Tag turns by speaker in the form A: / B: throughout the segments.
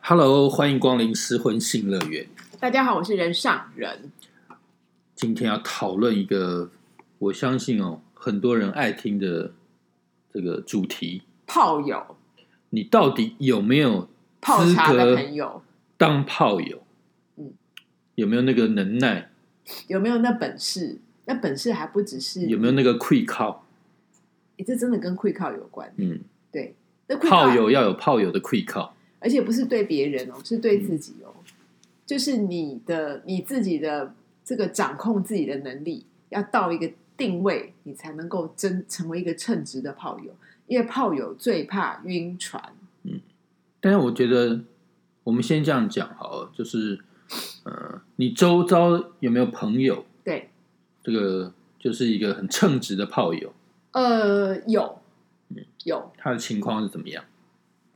A: Hello，欢迎光临失婚性乐园。
B: 大家好，我是人上人。
A: 今天要讨论一个我相信哦，很多人爱听的这个主题：
B: 炮友、
A: 你到底有没有
B: 泡
A: 资
B: 茶的
A: 格
B: 朋友，
A: 当炮友？
B: 嗯
A: 有没有那个能耐？
B: 有没有那本事？那本事还不只是
A: 有没有那个愧靠？
B: 诶这真的跟会靠有关。
A: 嗯，
B: 对，那会
A: 炮，友要有炮友的愧靠。
B: 而且不是对别人哦，是对自己哦。就是你的你自己的这个掌控自己的能力，要到一个定位，你才能够真成为一个称职的炮友。因为炮友最怕晕船，
A: 但是我觉得，我们先这样讲好了，就是呃，你周遭有没有朋友？
B: 对，
A: 这个就是一个很称职的炮友，
B: 呃，有有，
A: 他的情况是怎么样？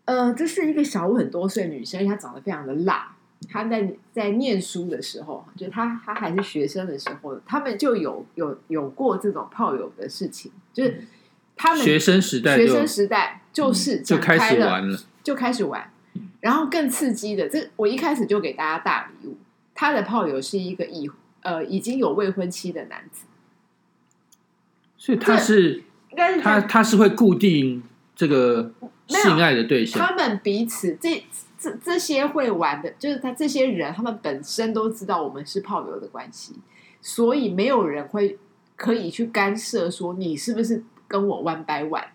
B: 呃，这是一个小我很多岁的女生，她长得非常的辣。她在在念书的时候，就她她还是学生的时候，他们就有有有过这种炮友的事情，就是他们
A: 学生时代就
B: 学生时代就是
A: 嗯就
B: 展
A: 开始
B: 了
A: 玩了，嗯
B: 就开始玩。然后更刺激的，这我一开始就给大家大礼物。他的炮友是一个已呃已经有未婚妻的男子，
A: 所以他
B: 对
A: 是
B: 应该是
A: 他他是会固定这个
B: 没有
A: 性爱的对象，
B: 他们彼此这这这些会玩的，就是他这些人，他们本身都知道我们是炮友的关系，所以没有人会可以去干涉说你是不是跟我 one by one，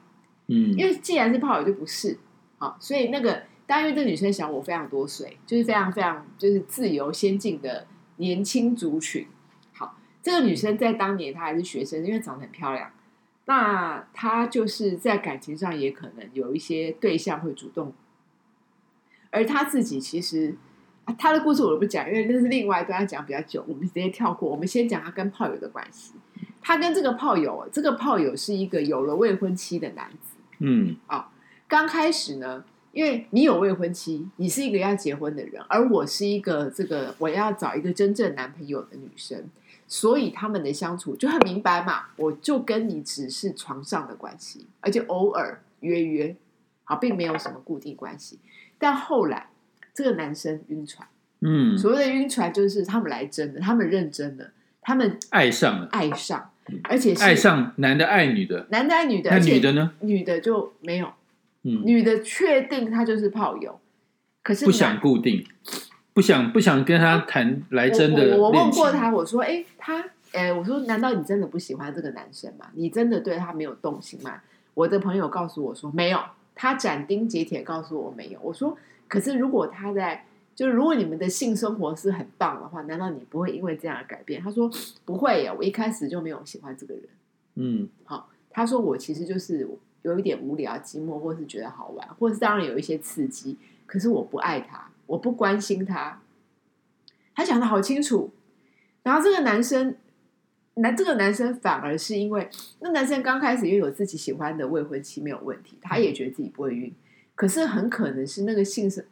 A: 嗯
B: 因为既然是炮友就不是啊，所以那个当然因为这女生小我非常多岁，就是非常非常就是自由先进的年轻族群。好，这个女生在当年她还是学生，因为长得很漂亮，那她就是在感情上也可能有一些对象会主动，而她自己其实。啊她的故事我都不讲，因为那是另外一段要讲比较久，我们直接跳过。我们先讲她跟炮友的关系。她跟这个炮友，这个炮友是一个有了未婚妻的男子，
A: 嗯
B: 刚开始呢，因为你有未婚妻，你是一个要结婚的人，而我是一个这个我要找一个真正男朋友的女生，所以他们的相处就很明白嘛，我就跟你只是床上的关系，而且偶尔约约，好，并没有什么固定关系。但后来这个男生晕船，
A: 嗯，
B: 所谓的晕船就是他们来真的，他们认真的，他们
A: 爱上了，
B: 爱上，而且
A: 嗯
B: 是
A: 爱上男的爱女的，
B: 男的爱女的，
A: 那
B: 而且
A: 女的呢？
B: 女的就没有。
A: 嗯，
B: 女的确定她就是炮友，可是
A: 不
B: 男
A: 想固定，不想不想跟他谈来真的
B: 我我我问
A: 恋情
B: 过，她，我说：“哎、她，哎，我说难道你真的不喜欢这个男生吗？你真的对他没有动心吗？”我的朋友告诉我说：“没有。”他斩钉截铁告诉我没有。我说：“可是如果他在，就是如果你们的性生活是很棒的话，难道你不会因为这样而改变？”他说：“不会耶，我一开始就没有喜欢这个人。”
A: 嗯
B: 他说我其实就是有一点无聊、寂寞，或是觉得好玩，或是当然有一些刺激，可是我不爱他，我不关心他。他讲的好清楚，然后这个男生，男这个男生反而是因为那男生刚开始因为有自己喜欢的未婚妻没有问题，他也觉得自己不会晕，可是很可能是那个性生，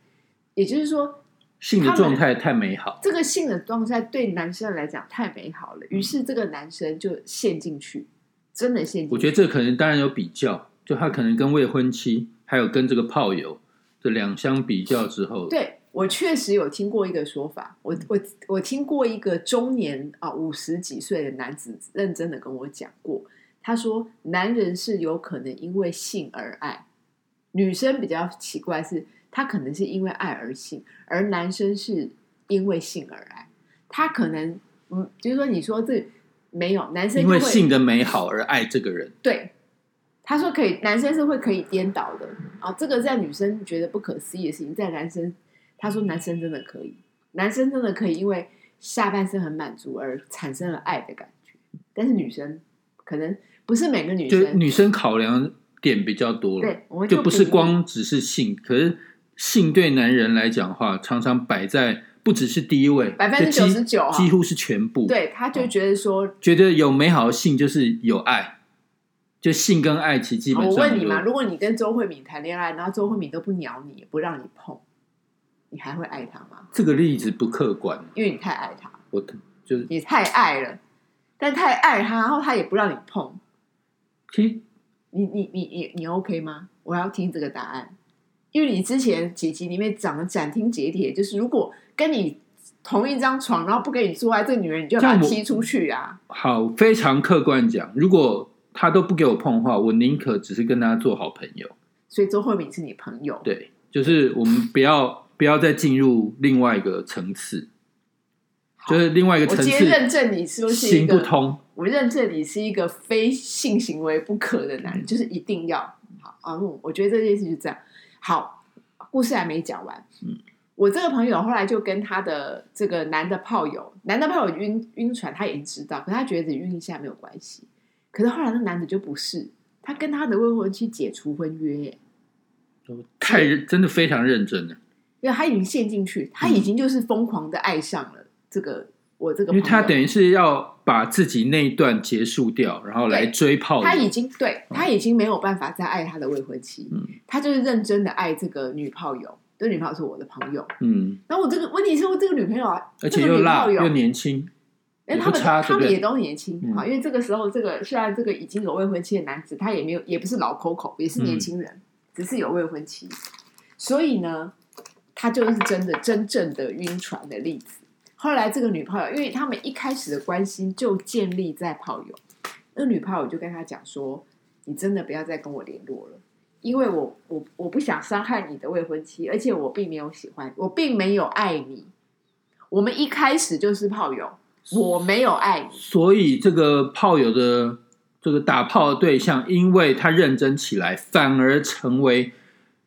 B: 也就是说
A: 性的
B: 他们
A: 状态太美好，
B: 这个性的状态对男生来讲太美好了，于是这个男生就陷进去，真的陷进去。
A: 我觉得这可能当然有比较，就他可能跟未婚妻还有跟这个炮友这两相比较之后，
B: 对我确实有听过一个说法，我
A: 嗯
B: 我我听过一个中年啊五十几岁的男子认真的跟我讲过，他说男人是有可能因为性而爱，女生比较奇怪是，他可能是因为爱而性，而男生是因为性而爱，他可能嗯，就是说你说这没有男生
A: 因
B: 就
A: 为
B: 会
A: 性的美好而爱这个人，
B: 对，他说可以，男生是会可以颠倒的啊。这个在女生觉得不可思议的事情，在男生，他说男生真的可以，男生真的可以因为下半身很满足而产生了爱的感觉，但是女生可能不是每个女
A: 就
B: 生，
A: 女生考量点比较多了，
B: 对，我们
A: 就不
B: 比
A: 是光只是性，可是性对男人来讲的话，常常摆在不只是第一位，
B: 百分之九十
A: 就
B: 九啊，
A: 几几乎是全部。，
B: 对，他就觉得说，
A: 觉得有美好的性就是有爱，就性跟爱其实基
B: 好
A: 本上
B: 啊哦我问你
A: 有
B: 嘛，如果你跟周慧敏谈恋爱，然后周慧敏都不鸟你，也不让你碰，你还会爱她吗？
A: 这个例子不客观，
B: 因为你太爱她，
A: 我就是
B: 你太爱了，但太爱她，然后她也不让你碰。
A: 其实
B: 你你你你你 OK 吗？我要听这个答案。因为你之前几集里面讲的斩钉截铁，就是如果跟你同一张床，然后不跟你做爱，这个女人你就要把
A: 这样
B: 她
A: 我
B: 踢出去啊！
A: 好，非常客观讲，如果他都不给我碰的话，我宁可只是跟他做好朋友。
B: 所以周慧敏是你朋友，
A: 对，就是我们不要不要再进入另外一个层次，
B: 好
A: 就是另外一个
B: 我
A: 层
B: 今天认
A: 次
B: 证你是不是一
A: 行
B: 个
A: 不通。
B: 我认证你是一个非性行为不可的
A: 嗯
B: 男人，就是一定要好啊！我我觉得这件事就这样。好，故事还没讲完。
A: 嗯，
B: 我这个朋友后来就跟他的这个男的炮友，男的炮友晕晕船，他已经知道，可他觉得只晕一下没有关系。可是后来那男的就不是，他跟他的未婚妻解除婚约耶，
A: 太认真的非常认真了，
B: 因为他已经陷进去，他已经就是疯狂的爱上了这个我这个
A: 嗯因为
B: 朋友，
A: 他等于是要把自己那一段结束掉，然后来
B: 对
A: 追炮
B: 他
A: 友。
B: 已经对他已经没有办法再爱他的未婚妻，
A: 嗯
B: 他就是认真的爱这个女炮友，这女炮友是我的朋友。
A: 嗯，
B: 然后我这个问题是我这个女朋友啊，
A: 而且
B: 这个
A: 又
B: 女
A: 辣
B: 炮友
A: 又，年轻，
B: 因为
A: 也
B: 他
A: 不
B: 们
A: 差
B: 他
A: 对不
B: 们
A: 对
B: 也都年轻
A: 嗯
B: 哈，因为这个时候这个虽然这个已经有未婚妻的男子，他也没有也不是老 Coco，也是年轻人，只是有未婚妻，所以呢，他就是真的真正的晕船的例子。后来这个女炮友，因为他们一开始的关系就建立在炮友，那女炮友就跟他讲说：“你真的不要再跟我联络了，因为我我我不想伤害你的未婚妻，而且我并没有喜欢，我并没有爱你。我们一开始就是炮友，我没有爱你。
A: 所以这个炮友的这个打炮的对象，因为他认真起来，反而成为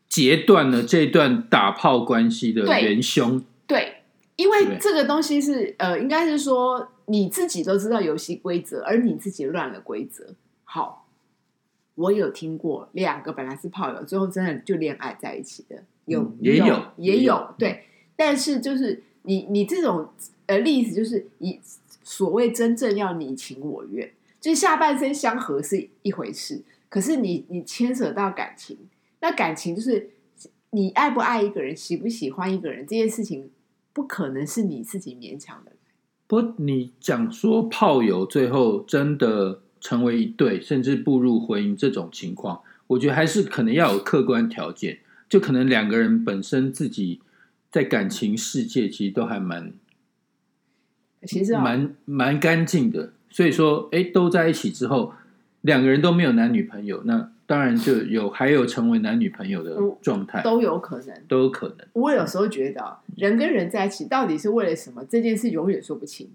A: 截断了这段打炮关系的
B: 对
A: 元凶。
B: 对，因为
A: 对
B: 这个东西是呃，应该是说你自己都知道游戏规则，而你自己乱了规则。好，我有听过两个本来是炮友，最后真的就恋爱在一起的，有、
A: 嗯也有
B: 也
A: 也
B: 有
A: 有
B: 对，但是就是你你这种呃例子，就是你所谓真正要你情我愿，就是下半身相合是一回事，可是你你牵扯到感情，那感情就是你爱不爱一个人，喜不喜欢一个人，这件事情不可能是你自己勉强的。
A: 不过你讲说炮友最后真的成为一对，甚至步入婚姻这种情况，我觉得还是可能要有客观条件，就可能两个人本身自己在感情世界其实都还蛮
B: 其实、啊，
A: 蛮蛮干净的。所以说，哎，都在一起之后，两个人都没有男女朋友，那当然就有还有成为男女朋友的
B: 嗯
A: 状态，
B: 都有可能。
A: 都有可能。
B: 我有时候觉得啊，人跟人在一起到底是为了什么，这件事永远说不清。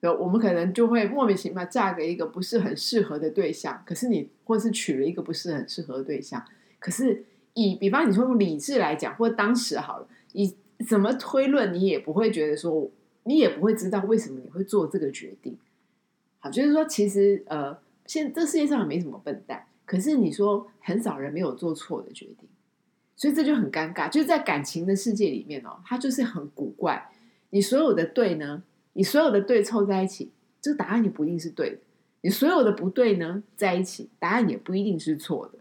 B: 对，我们可能就会莫名其妙嫁给一个不是很适合的对象，可是你或是娶了一个不是很适合的对象，可是以比方你说用理智来讲，或当时好了，你怎么推论，你也不会觉得说，你也不会知道为什么你会做这个决定。好，就是说，其实呃，现这世界上也没什么笨蛋，可是你说很少人没有做错的决定。所以这就很尴尬，就是在感情的世界里面哦，它就是很古怪。你所有的对呢，你所有的对凑在一起，这个答案也不一定是对的；你所有的不对呢，在一起，答案也不一定是错的，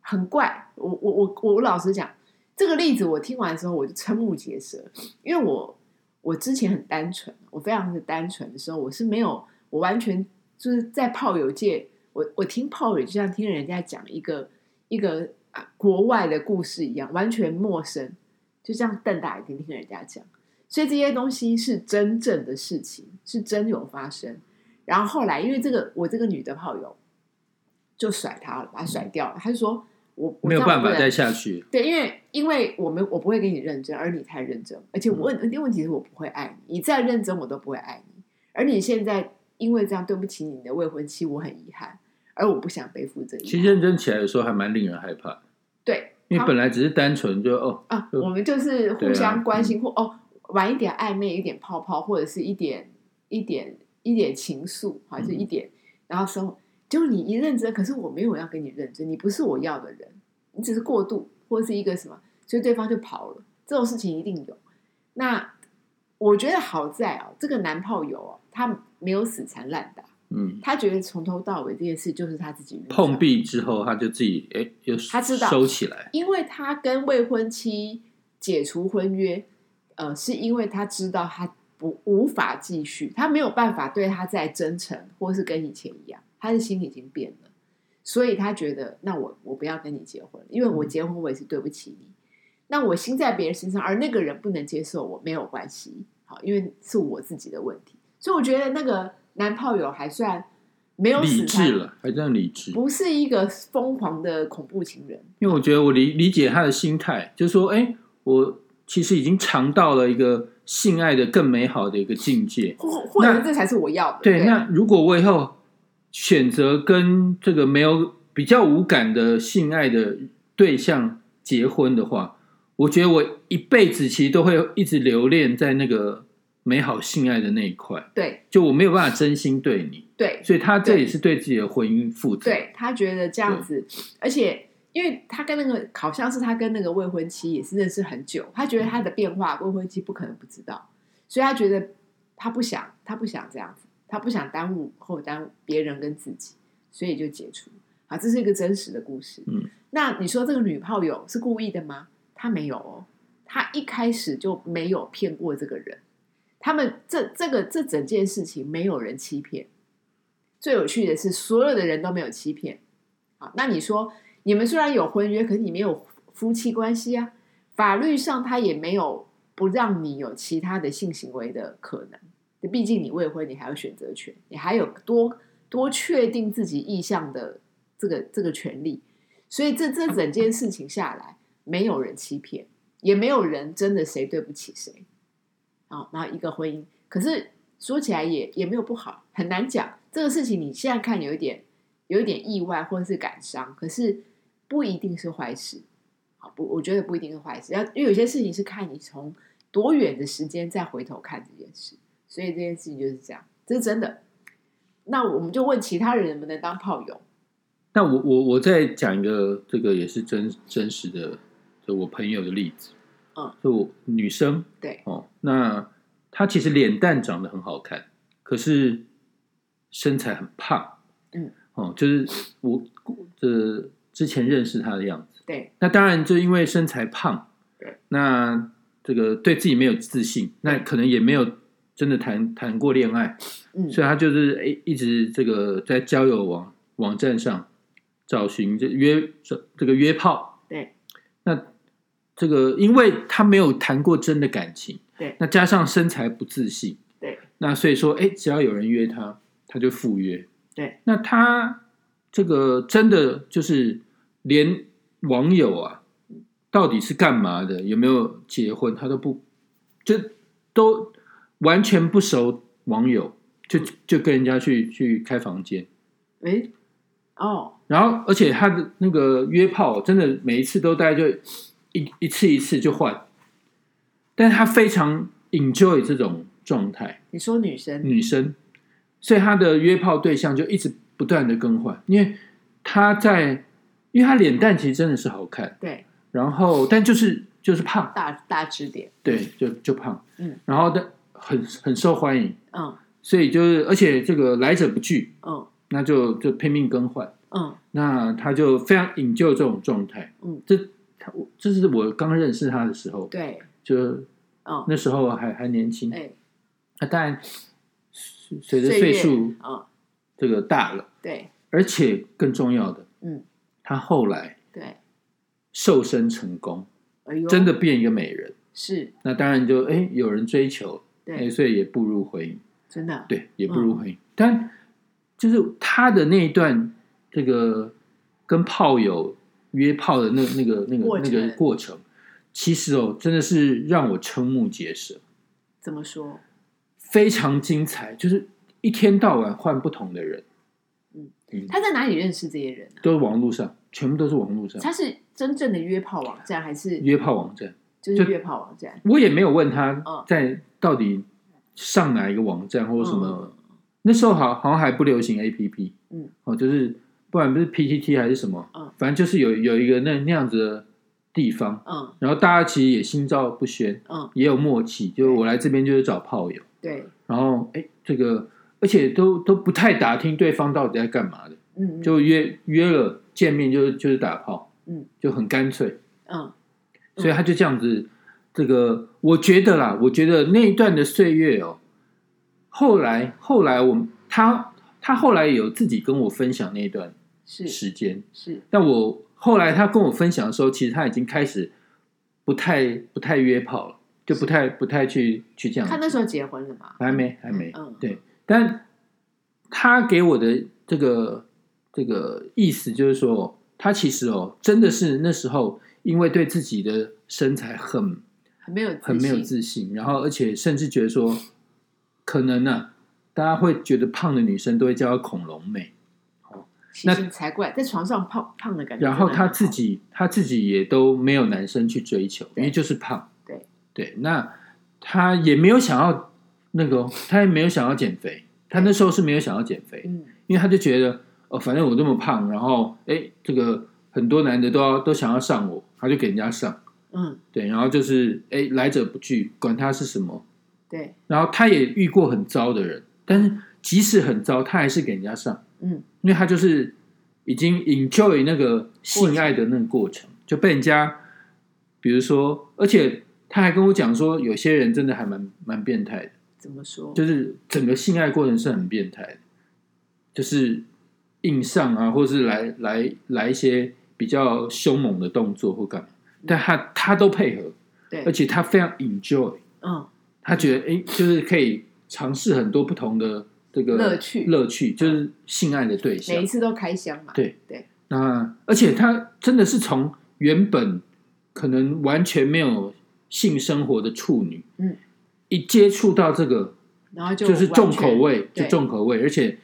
B: 很怪。我我我我我老实讲，这个例子我听完之后我就瞠目结舌，因为我我之前很单纯，我非常的单纯的时候，我是没有，我完全就是在炮友界，我我听炮友就像听人家讲一个一个、啊、国外的故事一样，完全陌生，就这样瞪大眼睛听人家讲。所以这些东西是真正的事情，是真有发生。然后后来，因为这个我这个女的炮友就甩他了，把他甩掉了。他就说我我
A: 没有
B: 这
A: 办
B: 样不
A: 法
B: 能
A: 再下去，
B: 对，因为因为我们我不会跟你认真，而你太认真，而且
A: 嗯
B: 我问、问题是我不会爱你，你再认真我都不会爱你，而你现在因为这样对不起你的未婚妻，我很遗憾，而我不想背负这
A: 其实
B: 一
A: 认真起来的时候还蛮令人害怕，
B: 对，
A: 因为
B: 他
A: 本来只是单纯就哦，
B: 啊，
A: 就
B: 我们就是互
A: 对啊
B: 相关心或、哦玩一点暧昧，一点泡泡，或者是一点一点一点情愫，还是一
A: 嗯
B: 点，然后生活，就你一认真，可是我没有要跟你认真，你不是我要的人，你只是过度或是一个什么，所以对方就跑了，这种事情一定有。那我觉得好在哦，这个男炮友哦，他没有死缠烂打，
A: 嗯，
B: 他觉得从头到尾这件事就是他自己晕船
A: 碰壁之后他就自己哎又
B: 他知道
A: 收起来，
B: 因为他跟未婚妻解除婚约，呃，是因为他知道他不无法继续，他没有办法对他再真诚，或是跟以前一样，他的心已经变了，所以他觉得那我我不要跟你结婚，因为我
A: 嗯
B: 结婚我也是对不起你。那我心在别人身上，而那个人不能接受我没有关系，好，因为是我自己的问题。所以我觉得那个男炮友还算没有死
A: 理智
B: 缠，
A: 了，还算理智。
B: 不是一个疯狂的恐怖情人。
A: 因为我觉得我理理解他的心态，就是说，哎，我其实已经尝到了一个性爱的更美好的一个境界。
B: 或或者
A: 那
B: 这才是我要的。
A: 对，那如果我以后选择跟这个没有比较无感的性爱的对象结婚的话，我觉得我一辈子其实都会一直留恋在那个美好性爱的那一块，
B: 对
A: 就我没有办法真心对你，
B: 对
A: 所以他这也是对自己的婚姻负责。
B: 对，他觉得这样子，而且因为他跟那个好像是他跟那个未婚妻也是认识很久，他觉得他的变化未婚妻不可能不知道，所以他觉得他不想他不想这样子，他不想耽误或耽误别人跟自己，所以就解除。啊，这是一个真实的故事。
A: 嗯，
B: 那你说这个女炮友是故意的吗？她没有哦，她一开始就没有骗过这个人。他们这这个这整件事情没有人欺骗。最有趣的是，所有的人都没有欺骗。啊，那你说你们虽然有婚约，可是你没有夫妻关系啊，法律上他也没有不让你有其他的性行为的可能。毕竟你未婚，你还有选择权，你还有多多确定自己意向的这个这个权利。所以这这整件事情下来，没有人欺骗，也没有人真的谁对不起谁。啊，然后一个婚姻，可是说起来也也没有不好，很难讲。这个事情你现在看有一点有一点意外或者是感伤，可是不一定是坏事。好，不，我觉得不一定是坏事。要因为有些事情是看你从多远的时间再回头看这件事，所以这件事情就是这样，这是真的。那我们就问其他人能不能当炮友？
A: 那我我我再讲一个，这个也是真真实的，就我朋友的例子，
B: 嗯，
A: 就我女生
B: 对，
A: 哦，那她其实脸蛋长得很好看，可是身材很胖，
B: 嗯，
A: 哦，就是我这之前认识她的样子，
B: 对，
A: 那当然就因为身材胖
B: 对，
A: 那这个对自己没有自信，那可能也没有真的谈谈过恋爱，
B: 嗯，
A: 所以他就是啊诶一直这个在交友网网站上找寻这约这这个约炮。
B: 对，
A: 那这个因为他没有谈过真的感情，
B: 对
A: 那加上身材不自信，
B: 对，
A: 那所以说诶，只要有人约他，他就赴约。
B: 对，
A: 那他这个真的就是连网友啊，到底是干嘛的，有没有结婚，他都不就都完全不熟网友，就就跟人家去去开房间，
B: 诶，哦，
A: 然后而且他的那个约炮真的每一次都大概就一一次一次就换，但是他非常 enjoy 这种状态，
B: 你说女生，
A: 女生，所以他的约炮对象就一直不断的更换，因为他在，因为他脸蛋其实真的是好看，
B: 对，
A: 然后但就是就是胖，
B: 大大支点，
A: 对，就就胖，
B: 嗯，
A: 然后但很很受欢迎，
B: 嗯
A: 所以就是而且这个来者不拒，
B: 嗯
A: 那就就拼命更换，
B: 嗯
A: 那他就非常引咎这种状态，
B: 嗯，
A: 这他我这是我刚认识他的时候，
B: 对，
A: 就
B: 嗯，
A: 那时候还还年轻，
B: 哎，
A: 那当然随随着
B: 岁
A: 岁
B: 月
A: 数
B: 嗯，
A: 这个大了。
B: 对
A: 而且更重要的，
B: 嗯，
A: 她后来
B: 对，
A: 瘦身成功，
B: 哎呦，
A: 真的变一个美人。
B: 是，
A: 那当然就哎有人追求，哎
B: 对，
A: 所以也步入婚姻，
B: 真的，
A: 对，也步入
B: 嗯
A: 婚姻。但就是她的那一段这个跟炮友约炮的那那个那
B: 过
A: 个那
B: 程
A: 个过程，其实哦真的是让我瞠目结舌，
B: 怎么说？
A: 非常精彩，就是一天到晚换不同的人，
B: 嗯
A: 嗯，
B: 他在哪里认识这些人呢、
A: 都是网络上，全部都是网络上
B: 他是真正的约炮网站，还是
A: 约炮网站。
B: 就是约炮网站？
A: 我也没有问他
B: 嗯
A: 在到底上哪一个网站或者什么，
B: 嗯？
A: 那时候好好像还不流行 A P P，
B: 嗯，
A: 哦，就是不然不是 P T T 还是什么，
B: 嗯
A: 反正就是有有一个那那样子的地方，
B: 嗯
A: 然后大家其实也心照不宣，
B: 嗯，
A: 也有默契，就是我来这边就是找炮友，
B: 对，
A: 然后哎这个而且都都不太打听对方到底在干嘛的，
B: 嗯，嗯
A: 就约约了见面就就是打炮，
B: 嗯，
A: 就很干脆，
B: 嗯
A: 所以他就这样子，这个我觉得啦，我觉得那一段的岁月哦，后来后来我们他他后来有自己跟我分享那一段
B: 是
A: 时间。
B: 是
A: 但我后来他跟我分享的时候，其实他已经开始不太不太约炮了，就不太不太去去这样。
B: 他那时候结婚了嘛？
A: 还没还没，
B: 嗯
A: 对，但他给我的这个这个意思就是说，他其实哦，真的是那时候因为对自己的身材很
B: 很没有自信
A: 很没有自信，然后而且甚至觉得说，可能呢、大家会觉得胖的女生都会叫她恐龙妹，
B: 其实才怪，在床上胖胖的感觉。
A: 然后她自
B: 己
A: 己她自己也都没有男生去追求，因为就是胖，
B: 对
A: 对，那她也没有想要那个哦，她也没有想要减肥，她那时候是没有想要减肥，
B: 嗯
A: 因为他就觉得，哦，反正我这么胖，然后哎，这个很多男的都要都想要上我，他就给人家上，
B: 嗯
A: 对，然后就是哎，来者不拒，管他是什么，
B: 对
A: 然后他也遇过很糟的人，但是即使很糟，他还是给人家上，
B: 嗯
A: 因为他就是已经 enjoy 那个性爱的那个过程，就被人家，比如说，而且他还跟我讲说，有些人真的还蛮蛮变态的。
B: 怎么说？
A: 就是整个性爱过程是很变态的，就是硬上啊，或是来来来一些比较凶猛的动作或干嘛，但他他都配合，
B: 嗯对
A: 而且他非常 enjoy，
B: 嗯
A: 他觉得哎，就是可以尝试很多不同的这个
B: 乐趣
A: 乐趣就是性爱的对
B: 每
A: 象
B: 一。次都开箱嘛？
A: 对
B: 对
A: 那而且他真的是从原本可能完全没有性生活的处女，
B: 嗯，
A: 一接触到这个
B: 然后就
A: 就
B: 就是
A: 重口味，
B: 对
A: 就重口味，而且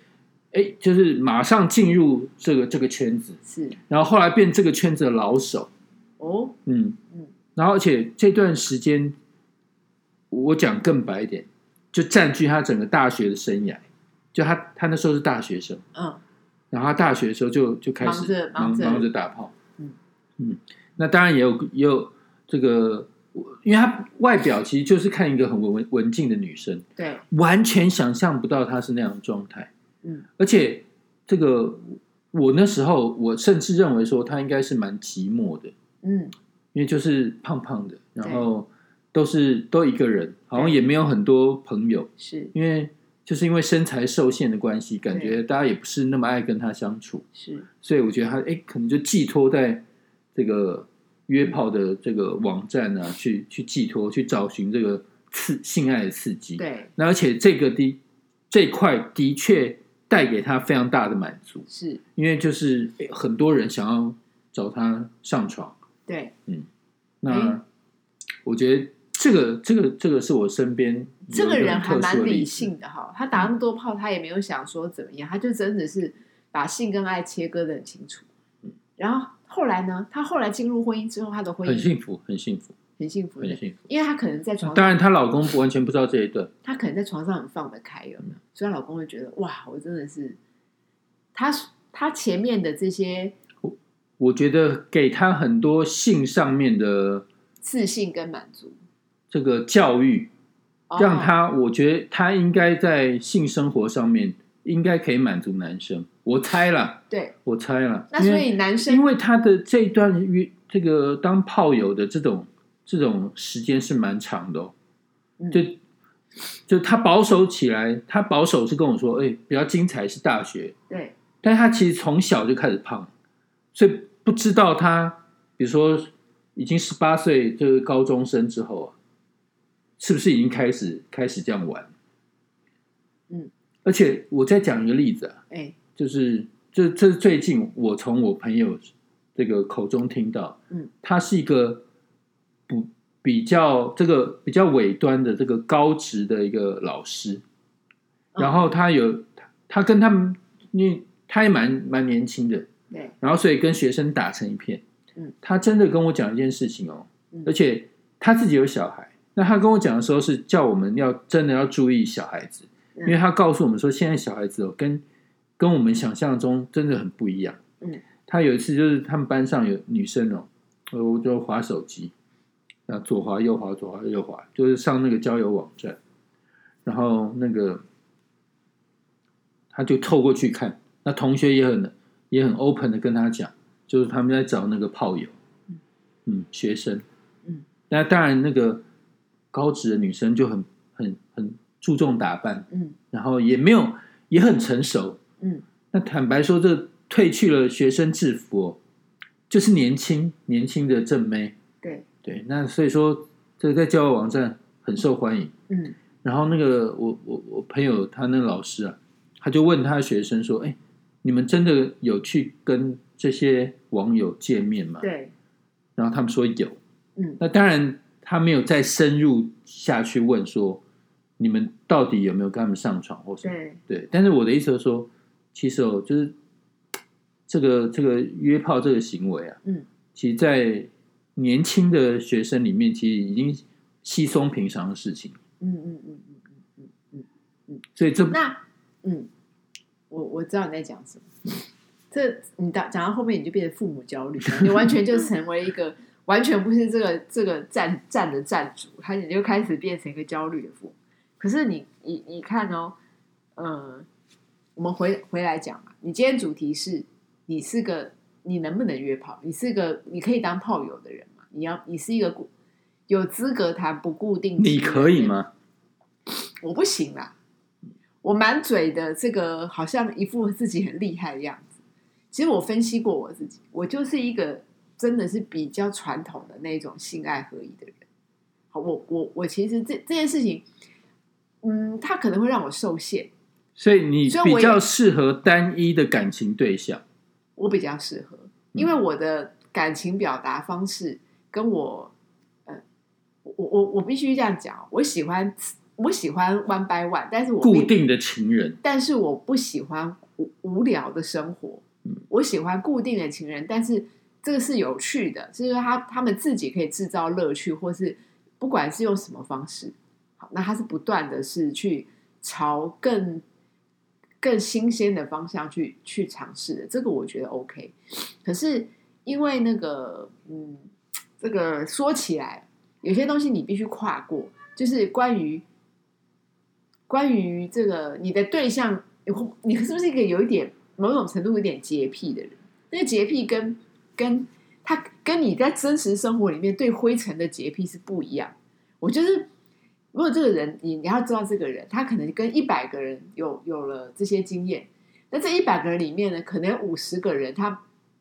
A: 哎，就是马上进入这个这个圈子，
B: 是
A: 然后后来变这个圈子的老手，
B: 哦
A: 嗯
B: 嗯，
A: 然后而且这段时间，我讲更白一点，就占据他整个大学的生涯，就他他那时候是大学生，
B: 嗯
A: 然后他大学的时候就就开
B: 忙
A: 始
B: 着忙着
A: 忙着打炮，
B: 嗯
A: 嗯，那当然也有也有这个，因为他外表其实就是看一个很文文静的女生。
B: 对
A: 完全想象不到他是那样的状态。
B: 嗯，
A: 而且这个我那时候我甚至认为说他应该是蛮寂寞的，
B: 嗯
A: 因为就是胖胖的，然后都是都一个人，好像也没有很多朋友，
B: 是
A: 因为就是因为身材受限的关系，感觉大家也不是那么爱跟他相处，
B: 是
A: 所以我觉得他哎可能就寄托在这个。约炮的这个网站啊，去去寄托，去找寻这个刺性爱的刺激。
B: 对
A: 那而且这个的这块的确带给他非常大的满足，
B: 是
A: 因为就是诶很多人想要找他上床。
B: 对
A: 那
B: 嗯
A: 我觉得这个这个这个是我身边
B: 这
A: 有一
B: 个人还
A: 很特殊
B: 蛮
A: 的例子，
B: 理
A: 嗯
B: 性的哈，他打那么多炮，他也没有想说怎么样，他就真的是把性跟爱切割的很清楚。嗯然后后来呢，他后来进入婚姻之后，他的婚
A: 很
B: 姻
A: 幸福，很幸福，
B: 很幸福
A: 很
B: 的，
A: 幸福。啊
B: 因为他可能在床
A: 当
B: 上，
A: 然，她老公完全不知道这一段，
B: 他可能在床上很放得开，有
A: 嗯
B: 没有？所以她老公会觉得哇，我真的是他他前面的这些
A: 我觉得给他很多性上面的
B: 自信跟满足，
A: 这个教育，
B: 哦
A: 让他，我觉得他应该在性生活上面应该可以满足男生，我猜啦，
B: 对。
A: 我猜啦。
B: 那所
A: 因为
B: 以男
A: 因
B: 生
A: 为他的这一段约这个当炮友的这种这种时间是蛮长的、哦，
B: 嗯
A: 就就他保守起来，他保守是跟我说，哎、比较精彩是大学，
B: 对
A: 但他其实从小就开始胖，所以不知道他，比如说已经十八岁这个高中生之后啊，是不是已经开始开始这样玩？
B: 嗯，
A: 而且我再讲一个例子啊，
B: 哎
A: 就是这这是最近我从我朋友这个口中听到，
B: 嗯，
A: 他是一个不比较这个比较尾端的这个高职的一个老师，
B: 嗯
A: 然后他有他跟他们，因为他也蛮蛮年轻的，
B: 对
A: 然后所以跟学生打成一片。
B: 嗯，
A: 他真的跟我讲一件事情哦，
B: 嗯
A: 而且他自己有小孩。那他跟我讲的时候是叫我们要真的要注意小孩子，
B: 嗯
A: 因为他告诉我们说现在小孩子哦跟跟我们想象中真的很不一样。
B: 嗯，
A: 他有一次就是他们班上有女生哦，呃我就划手机，那左滑右滑左滑右滑，就是上那个交友网站，然后那个他就凑过去看，那同学也很也很 open 的跟他讲，就是他们在找那个炮友，嗯，学生，
B: 嗯，
A: 那当然那个高职的女生就很很很注重打扮，
B: 嗯
A: 然后也没有也很成熟，
B: 嗯
A: 那坦白说，这褪去了学生制服、哦，就是年轻年轻的正妹。
B: 对
A: 对，那所以说这个在交友网站很受欢迎。
B: 嗯
A: 然后那个我我我朋友他那个老师啊，他就问他的学生说：“哎，你们真的有去跟这些网友见面吗？”
B: 对，
A: 然后他们说有。
B: 嗯
A: 那当然，他没有再深入下去问说你们到底有没有跟他们上床或什么。
B: 对
A: 对，但是我的意思是说，其实哦，就是这个这个约炮这个行为啊，
B: 嗯，
A: 其实，在年轻的学生里面，其实已经稀松平常的事情，
B: 嗯嗯嗯嗯嗯嗯。
A: 所以这
B: 那嗯，我我知道你在讲什么。这你到讲到后面，你就变成父母焦虑了，你完全就成为一个完全不是这个这个站站的站主，他你就开始变成一个焦虑的父母。可是你你你看哦，呃，我们回回来讲嘛，你今天主题是你是个你能不能约炮？你是个你可以当炮友的人嘛？你要你是一个固有资格谈不固定，
A: 你可以？吗？
B: 我不行啦，我满嘴的这个好像一副自己很厉害的样子。其实我分析过我自己，我就是一个真的是比较传统的那种性爱合一的人。好，我我我其实这这件事情，嗯，它可能会让我受限，
A: 所以你
B: 所以我也
A: 比较适合单一的感情对象，
B: 我比较适
A: 嗯
B: 合，因为我的感情表达方式跟我，呃，我我我我必须这样讲，哦我喜欢我喜欢 one by one，但是我
A: 固
B: 并
A: 定的情人，
B: 但是我不喜欢无无聊的生活
A: 嗯，
B: 我喜欢固定的情人，但是这个是有趣的，就是他他们自己可以制造乐趣，或是不管是用什么方式，好，那他是不断的是去朝更更新鲜的方向去去尝试的，这个我觉得 OK。可是因为那个，嗯，这个说起来，有些东西你必须跨过，就是关于关于这个你的对象，你会你是不是一个有一点某种程度有点洁癖的人？那个洁癖跟跟他跟你在真实生活里面对灰尘的洁癖是不一样。我就是，如果这个人你你要知道这个人，他可能跟一百个人有有了这些经验，那这一百个人里面呢，可能五十个人他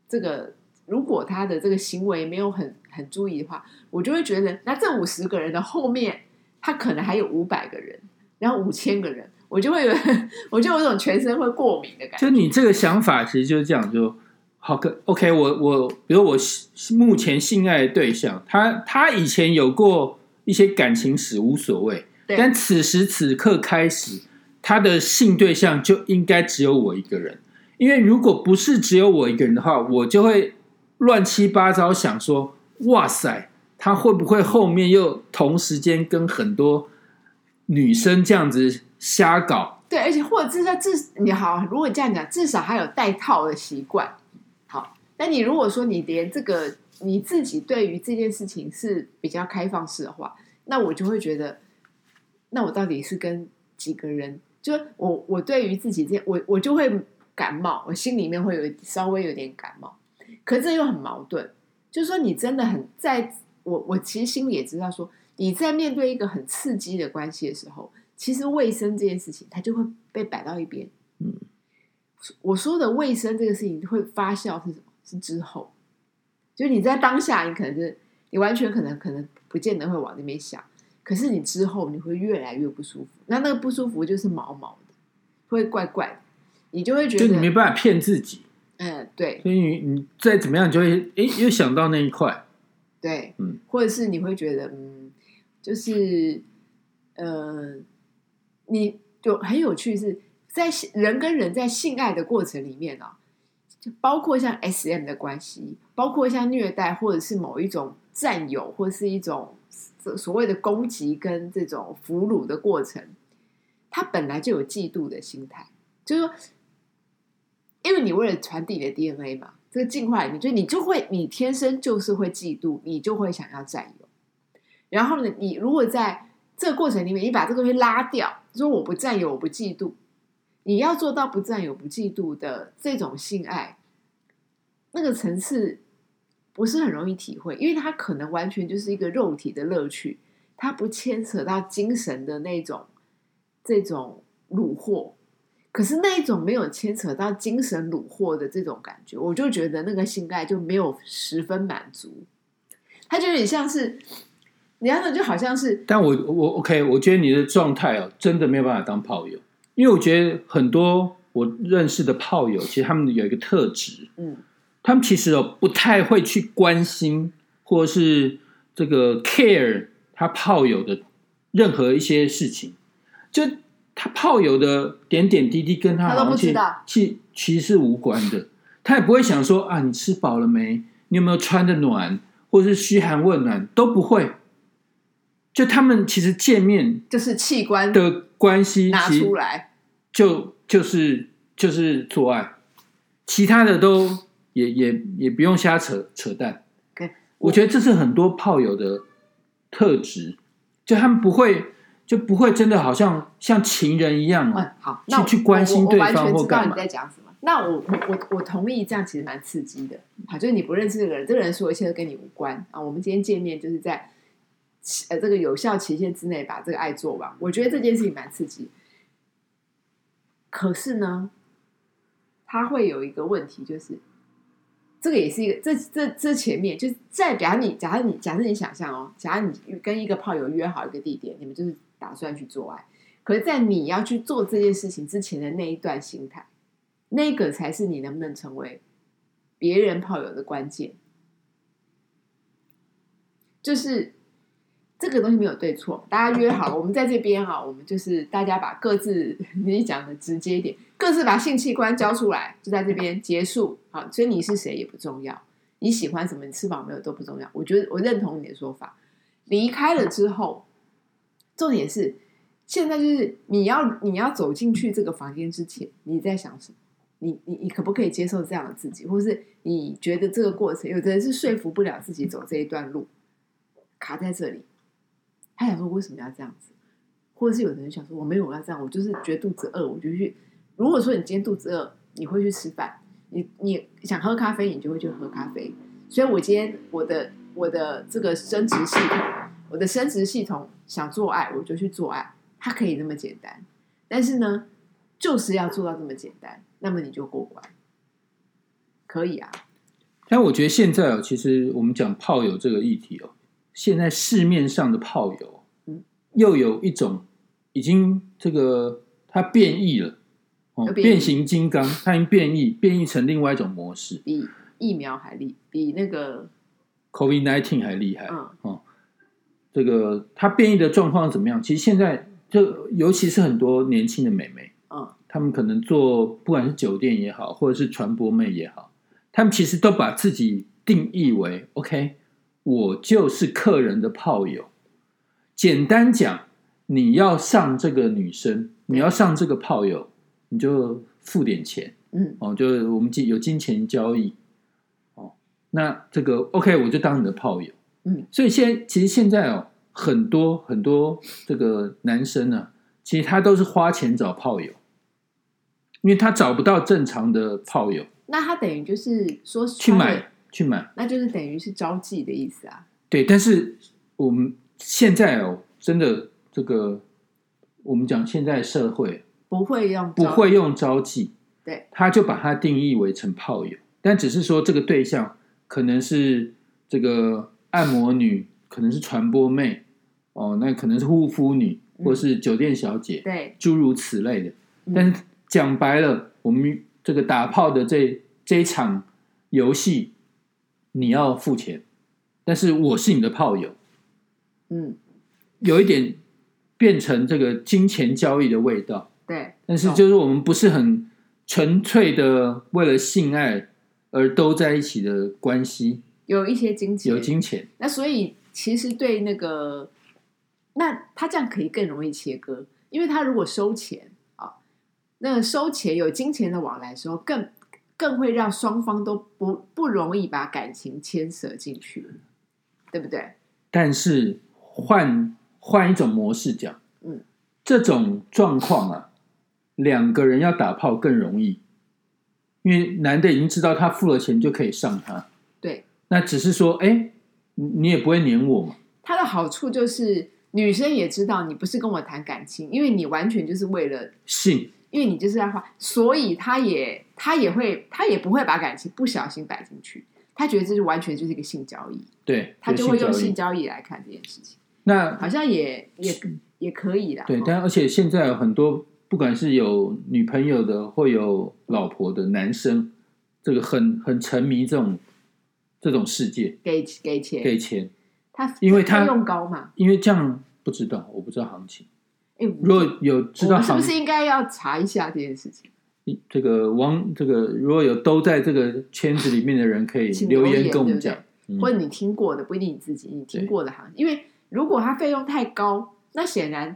B: 这个如果他的这个行为没有很很注意的话，我就会觉得，那这五十个人的后面，他可能还有五百个人，然后五千个人，我就会有 我就有一种全身会过敏的感觉。
A: 就你这个想法其实就是这样，就好可 OK 我。我比如我性目前性爱的对象，他他以前有过一些感情史无所谓，
B: 对
A: 但此时此刻开始，他的性对象就应该只有我一个人，因为如果不是只有我一个人的话，我就会乱七八糟想说，哇塞，他会不会后面又同时间跟很多女生这样子瞎搞？
B: 对，而且或者是他至你好，如果这样讲，至少还有戴套的习惯。好，那你如果说你连这个你自己对于这件事情是比较开放式的话，那我就会觉得，那我到底是跟几个人？就我我对于自己这我我就会感冒，我心里面会有稍微有点感冒，可是这又很矛盾，就是说你真的很在我我其实心里也知道说，你在面对一个很刺激的关系的时候，其实卫生这件事情，它就会被摆到一边。
A: 嗯，
B: 我说的卫生这个事情会发酵是什么？是之后，就是你在当下，你可能就是你完全可能可能不见得会往那边想，可是你之后你会越来越不舒服，那那个不舒服就是毛毛的，会怪怪的，你就会觉
A: 就你
B: 得
A: 没办法骗自己。
B: 嗯，对
A: 所以你你再怎么样，你就会诶又想到那一块，
B: 对，
A: 嗯，
B: 或者是你会觉得嗯，就是呃，你就很有趣是，在性人跟人在性爱的过程里面啊、就包括像 S M 的关系，包括像虐待或者是某一种占有，或是一种所所谓的攻击跟这种俘虏的过程，他本来就有嫉妒的心态，就是说，因为你为了传递你的 DNA 嘛，这个进化里面，就你就会你天生就是会嫉妒，你就会想要占有。然后呢，你如果在这个过程里面，你把这个东西拉掉，说我不占有，我不嫉妒，你要做到不占有、不嫉妒的这种性爱，那个层次不是很容易体会，因为它可能完全就是一个肉体的乐趣，它不牵扯到精神的那种这种虏获。可是那一种没有牵扯到精神虏获的这种感觉，我就觉得那个性爱就没有十分满足，它就有点像是，你看的就好像是
A: 但我我 OK，我觉得你的状态哦，真的没有办法当炮友，因为我觉得很多我认识的炮友，其实他们有一个特质，
B: 嗯，
A: 他们其实哦不太会去关心或是这个 care 他炮友的任何一些事情，就他炮友的点点滴滴跟他
B: 他都
A: 好像
B: 不知
A: 其
B: 道
A: 其其实是无关的，他也不会想说啊你吃饱了没，你有没有穿的暖，或是嘘寒问暖都不会。就他们其实见面
B: 就是器官
A: 的关系，
B: 拿
A: 其实
B: 出来，
A: 就就是就是做爱，其他的都也也也不用瞎扯扯淡。
B: OK
A: 我觉得这是很多炮友的特质，就他们不会就不会真的好像像情人一样、哦
B: 嗯，好，
A: 去
B: 那我
A: 去关心
B: 我我
A: 对
B: 完
A: 方
B: 全
A: 或
B: 知道
A: 干
B: 你
A: 嘛
B: 在讲什么。那我我我我同意，这样其实蛮刺激的。好，就是你不认识这个人，这个人说一切都跟你无关啊。我们今天见面就是在呃这个有效期限之内把这个爱做完，我觉得这件事情蛮刺激。可是呢，他会有一个问题，就是这个也是一个这这这前面就是在假如你假如你假设你想象哦，假如你跟一个炮友约好一个地点，你们就是打算去做爱，可是，在你要去做这件事情之前的那一段心态，那个才是你能不能成为别人炮友的关键。就是这个东西没有对错，大家约好了，我们在这边啊，我们就是大家把各自你讲的直接一点，各自把性器官交出来，就在这边结束。好，所以你是谁也不重要，你喜欢什么，你吃饱没有都不重要。我觉得我认同你的说法。离开了之后，重点是现在就是你要你要走进去这个房间之前，你在想什么？你你你可不可以接受这样的自己，或是你觉得这个过程，有的人是说服不了自己走这一段路，卡在这里，他想说为什么要这样子，或者是有的人想说我没有要这样，我就是觉得肚子饿，我就去。如果说你今天肚子饿，你会去吃饭，你你想喝咖啡，你就会去喝咖啡。所以我今天我的我的这个生殖系统，我的生殖系统想做爱，我就去做爱。它可以那么简单，但是呢，就是要做到这么简单，那么你就过关，可以啊，
A: 但我觉得现在哦，其实我们讲炮友这个议题哦，现在市面上的炮友，
B: 嗯
A: 又有一种已经这个它变异了，哦
B: 有，变异
A: 变形金刚，它已经变异，变异成另外一种模式
B: 比疫苗还厉，比那个
A: ，COVID nineteen 还厉害。
B: 嗯
A: 这个它变异的状况怎么样？其实现在就尤其是很多年轻的美眉，
B: 嗯
A: 她们可能做不管是酒店也好，或者是传播妹也好，她们其实都把自己定义为 OK，我就是客人的炮友。简单讲，你要上这个女生，你要上这个炮友，你就付点钱
B: 嗯，
A: 哦，就是我们金有金钱交易哦。那这个 OK，我就当你的炮友。
B: 嗯，
A: 所以现在其实现在哦，很多很多这个男生呢、其实他都是花钱找炮友，因为他找不到正常的炮友
B: 那他等于就是说
A: 去
B: 穿了
A: 买，去买。
B: 那就是等于是招妓的意思啊，
A: 对，但是我们现在哦，真的这个我们讲现在社会
B: 不会用
A: 不
B: 招
A: 会用招妓，
B: 对，
A: 他就把它定义为成炮友，但只是说这个对象可能是这个按摩女，可能是传播妹，哦，那可能是护肤女，
B: 嗯
A: 或是酒店小姐，
B: 对，
A: 诸如此类的。
B: 嗯
A: 但是讲白了，我们这个打炮的这这一场游戏，你要付钱，但是我是你的炮友，
B: 嗯
A: 有一点变成这个金钱交易的味道。
B: 对，
A: 但是
B: 懂
A: 就是我们不是很纯粹的为了性爱而都在一起的关系，
B: 有一些经济
A: 有金钱，
B: 那所以其实对那个，那他这样可以更容易切割，因为他如果收钱啊，那收钱有金钱的往来的时候，更更会让双方都不不容易把感情牵扯进去，对不对？
A: 但是换换一种模式讲，
B: 嗯，
A: 这种状况啊，两个人要打炮更容易，因为男的已经知道他付了钱就可以上他，
B: 对，
A: 那只是说，哎，你你也不会黏我嘛，
B: 它的好处就是女生也知道你不是跟我谈感情，因为你完全就是为了
A: 性
B: 因为你就是要花，所以他也他也会他也不会把感情不小心摆进去，他觉得这是完全就是一个性交易，
A: 对，
B: 他就会用
A: 有性
B: 性
A: 交易。
B: 交易来看这件事情，
A: 那
B: 好像也也也可以啦。
A: 对
B: 哦，
A: 但而且现在有很多，不管是有女朋友的或有老婆的男生，这个很很沉迷这种这种世界
B: 给给钱，
A: 给钱，
B: 他
A: 因为他
B: 用高嘛，
A: 因为这样不知道，我不知道行情。
B: 哎，我
A: 如果有知
B: 我
A: 道
B: 们是
A: 行
B: 不是应该要查一下这件事情？
A: 这个王这个如果有都在这个圈子里面的人，可以
B: 请
A: 留
B: 留
A: 言
B: 言
A: 跟我们
B: 对不对
A: 讲。嗯
B: 或者你听过的，不一定你自己，你听过的行，因为如果它费用太高，那显然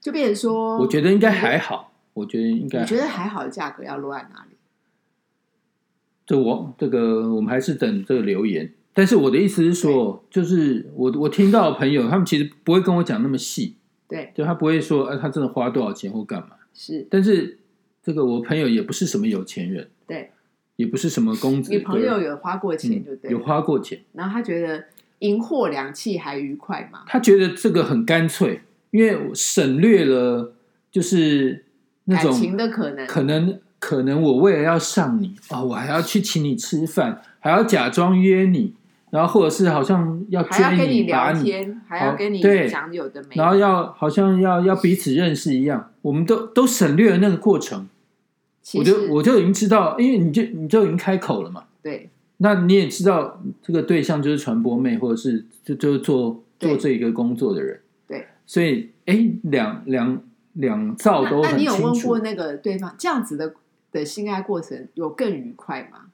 B: 就变成说，
A: 我觉得应啊该还好，我觉得应该
B: 你觉得还好的价格要落在哪里？
A: 这我这个我们还是等这个留言。但是我的意思是说，就是我我听到的朋友，他们其实不会跟我讲那么细，
B: 对，
A: 就他不会说，呃，他真的花多少钱或干嘛。
B: 是
A: 但是这个我朋友也不是什么有钱人，
B: 对，
A: 也不是什么公子哥，
B: 你朋友有花过钱就
A: 嗯、
B: 对
A: 有
B: 了，
A: 花过钱，
B: 然后他觉得银货两讫还愉快嘛，
A: 他觉得这个很干脆，因为我省略了就是那
B: 感
A: 种
B: 情的可能，
A: 可能可能我为了要上你啊、哦，我还要去请你吃饭，还要假装约你，然后或者是好像要
B: 还要
A: 追
B: 跟
A: 你、打
B: 聊
A: 你，
B: 天，还要跟你
A: 对
B: 讲有的没
A: 然后
B: 的，
A: 要好像要要彼此认识一样，我们都都省略了那个过程，
B: 其
A: 我
B: 实
A: 就我就已经知道，因为你就你就已经开口了嘛，
B: 对
A: 那你也知道这个对象就是传播妹，或者是就就是做做
B: 对
A: 这一个工作的人，
B: 对，
A: 所以哎，两两两造
B: 那
A: 都
B: 那
A: 很
B: 你
A: 清
B: 有问
A: 楚
B: 过。那个对方这样子的的性爱过程有更愉快吗？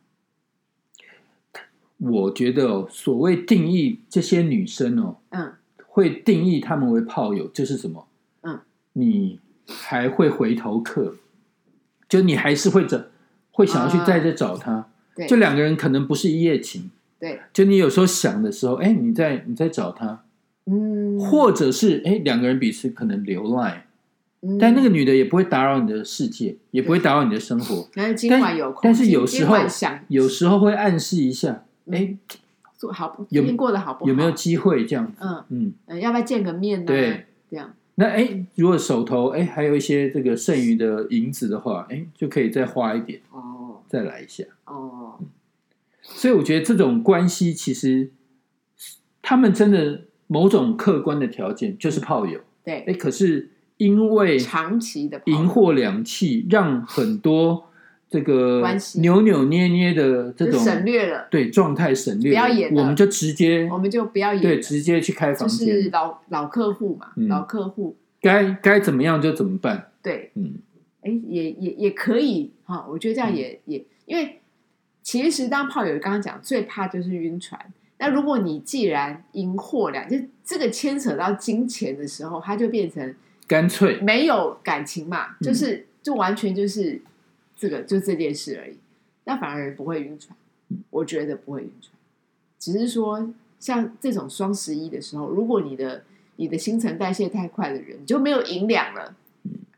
A: 我觉得哦，所谓定义这些女生哦，
B: 嗯，
A: 会定义他们为炮友，就是什么？
B: 嗯，
A: 你还会回头客，就你还是会找，会想要去
B: 啊
A: 再去找他。
B: 对
A: 就两个人可能不是一夜情，
B: 对，
A: 就你有时候想的时候，哎，你在你在找他，
B: 嗯，
A: 或者是哎两个人彼此可能留 line，
B: 嗯
A: 但那个女的也不会打扰你的世界，也不会打扰你的生活，
B: 但是今晚有空，
A: 但是
B: 今
A: 有时候
B: 今晚想
A: 有时候会暗示一下，
B: 嗯
A: 哎，
B: 做好不？
A: 有
B: 最近过得好不好？
A: 有没有机会这样子？
B: 嗯
A: 嗯，
B: 嗯，要不要见个面呢？
A: 对，
B: 这样
A: 那哎，如果手头哎还有一些这个剩余的银子的话，哎，就可以再花一点，
B: 哦
A: 再来一下。
B: 哦，
A: 所以我觉得这种关系其实，他们真的某种客观的条件就是炮友，哎，
B: 对，
A: 可是因为
B: 长期的
A: 银
B: 跑
A: 货两讫，让很多这个
B: 关系
A: 扭扭捏捏的这
B: 就
A: 种
B: 省略了，
A: 对状态省略
B: 不要
A: 了
B: 演了
A: 我们就直接
B: 我们就不要演
A: 对
B: 了，
A: 直接去开
B: 就
A: 房
B: 是
A: 间，
B: 老老客户嘛，
A: 嗯
B: 老客户，
A: 该该怎么样就怎么办，
B: 对，
A: 嗯。
B: 哎，也也也可以哈、我觉得这样也、也，因为其实当炮友刚刚讲，最怕就是晕船。那如果你既然赢货两，就这个牵扯到金钱的时候，它就变成
A: 干脆，
B: 没有感情嘛，
A: 嗯
B: 就是、就完全就是这个就这件事而已。那反而不会晕船，我觉得不会晕船，只是说像这种双十一的时候，如果你的你的新陈代谢太快的人，你就没有营养了，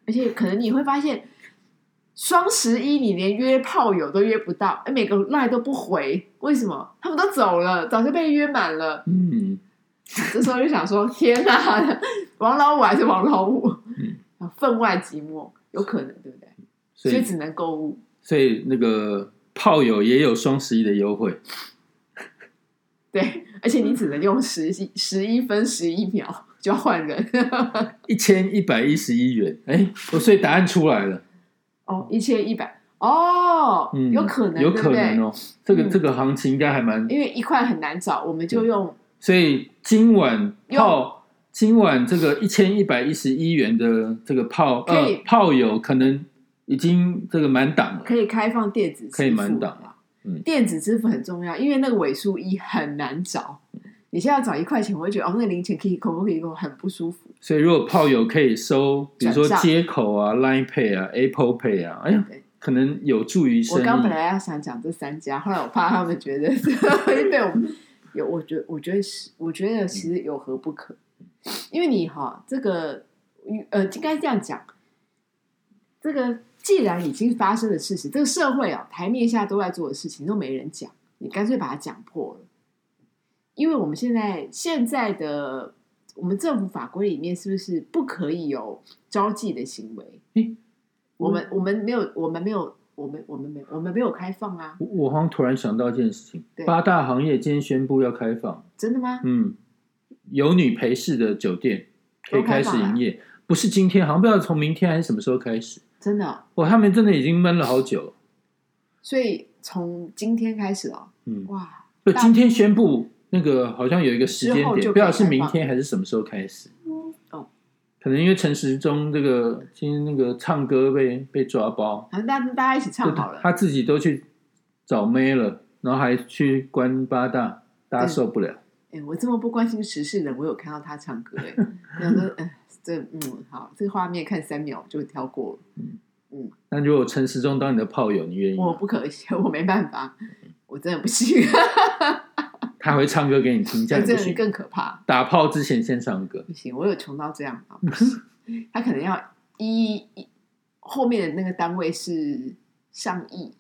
B: 而且可能你会发现。双十一你连约炮友都约不到，哎每个赖都不回，为什么？他们都走了，早就被约满了。
A: 嗯，
B: 这时候就想说：天哪，王老五还是王老五
A: 嗯，
B: 啊 分外寂寞，有可能对不对？
A: 所
B: 所
A: 以
B: 以只能购物。
A: 所以那个炮友也有双十一的优惠，
B: 对，而且你只能用十一十一分十一秒就要换人。
A: 一千一百一十一元，哎，我所以答案出来了，
B: 哦，一千一百哦，
A: 嗯，
B: 有可能，
A: 有可能
B: 对不
A: 哦，这个
B: 嗯
A: 这个行情应该还蛮，
B: 对？因为一块很难找，我们就用
A: 所以今晚
B: 用
A: 炮，今晚这个一千一百一十一元的这个炮，
B: 可以
A: 呃，炮友可能已经这个满档了，
B: 可以开放电子支付，
A: 可以满档啊嗯
B: 电子支付很重要，因为那个尾数一很难找。
A: 嗯
B: 你现在要找一块钱，我会觉得哦，那个零钱可以扣可以扣，很不舒服。
A: 所以如果炮友可以收，比如说
B: 转账
A: 接口啊、Line Pay 啊、Apple Pay 啊，哎呀
B: 对，
A: 可能有助于
B: 我
A: 生
B: 刚
A: 意，
B: 本来要想讲这三家，后来我怕他们觉得 被我们有，我觉我觉得是，我觉得其实有何不可？因为你哈，这个呃，应该这样讲，这个既然已经发生的事实，这个社会啊，台面下都在做的事情都没人讲，你干脆把它讲破了。因为我们现在现在的我们政府法规里面是不是不可以有招妓的行为？
A: 诶
B: 我们我们没有，我们没有，我们我们没有，我们没有开放啊，
A: 我我好像突然想到一件事情
B: 对，
A: 八大行业今天宣布要开放，
B: 真的吗？
A: 嗯，有女陪侍的酒店可以
B: 都开
A: 开
B: 放
A: 始
B: 了
A: 营业，不是今天，好像不知道从明天还是什么时候开始。
B: 真的哦，
A: 哇，他们真的已经闷了好久了，
B: 所以从今天开始哦，
A: 嗯，
B: 哇，
A: 不，
B: 大
A: 今天宣布那个好像有一个时间
B: 之后
A: 点，
B: 就
A: 不知道
B: 可以
A: 是
B: 开
A: 明
B: 放
A: 天还是什么时候开始。
B: 哦，
A: 可能因为陈时中这个今天那个唱歌被被抓包，
B: 好，大家大家一起唱好了，
A: 他自己都去找妹了，然后还去关八大，大家
B: 对
A: 受不了。
B: 哎、我这么不关心时事的人，我有看到他唱歌哎、然后说，嗯、这嗯好，这个画面看三秒就跳过了，
A: 那如果陈时中当你的炮友，你愿意
B: 我
A: 吗？
B: 不可以， 我没办法，
A: 嗯
B: 我真的不行，啊
A: 他会唱歌给你听，这
B: 这
A: 样你
B: 个
A: 不
B: 人
A: 行。
B: 更可怕，
A: 打炮之前先唱歌，
B: 不行，我有穷到这 样啊，不行，他可能要一一后面的那个单位是上亿，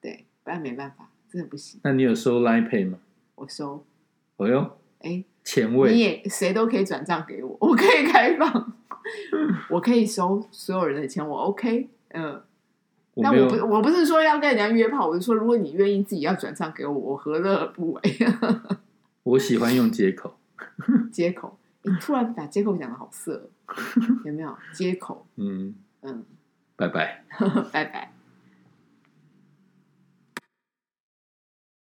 B: 对，不然没办法，真的不行，
A: 那你有收 Line Pay 吗？
B: 我收，
A: 哦哟，
B: 哎、
A: 前
B: 你
A: 卫，
B: 也谁都可以转账给我， 我可以开 放，我可以收所有人的钱，我 OK，嗯、
A: 我
B: 但
A: 没
B: 我
A: 有
B: 不，我不是说要跟人家约炮，我是说如果你愿意自己要转账给我，我何乐而不为？
A: 我喜欢用接口。
B: 接口，你突然把接口讲的好色哦，有没有？接口，
A: 嗯，
B: 嗯，
A: 拜拜。
B: 拜拜。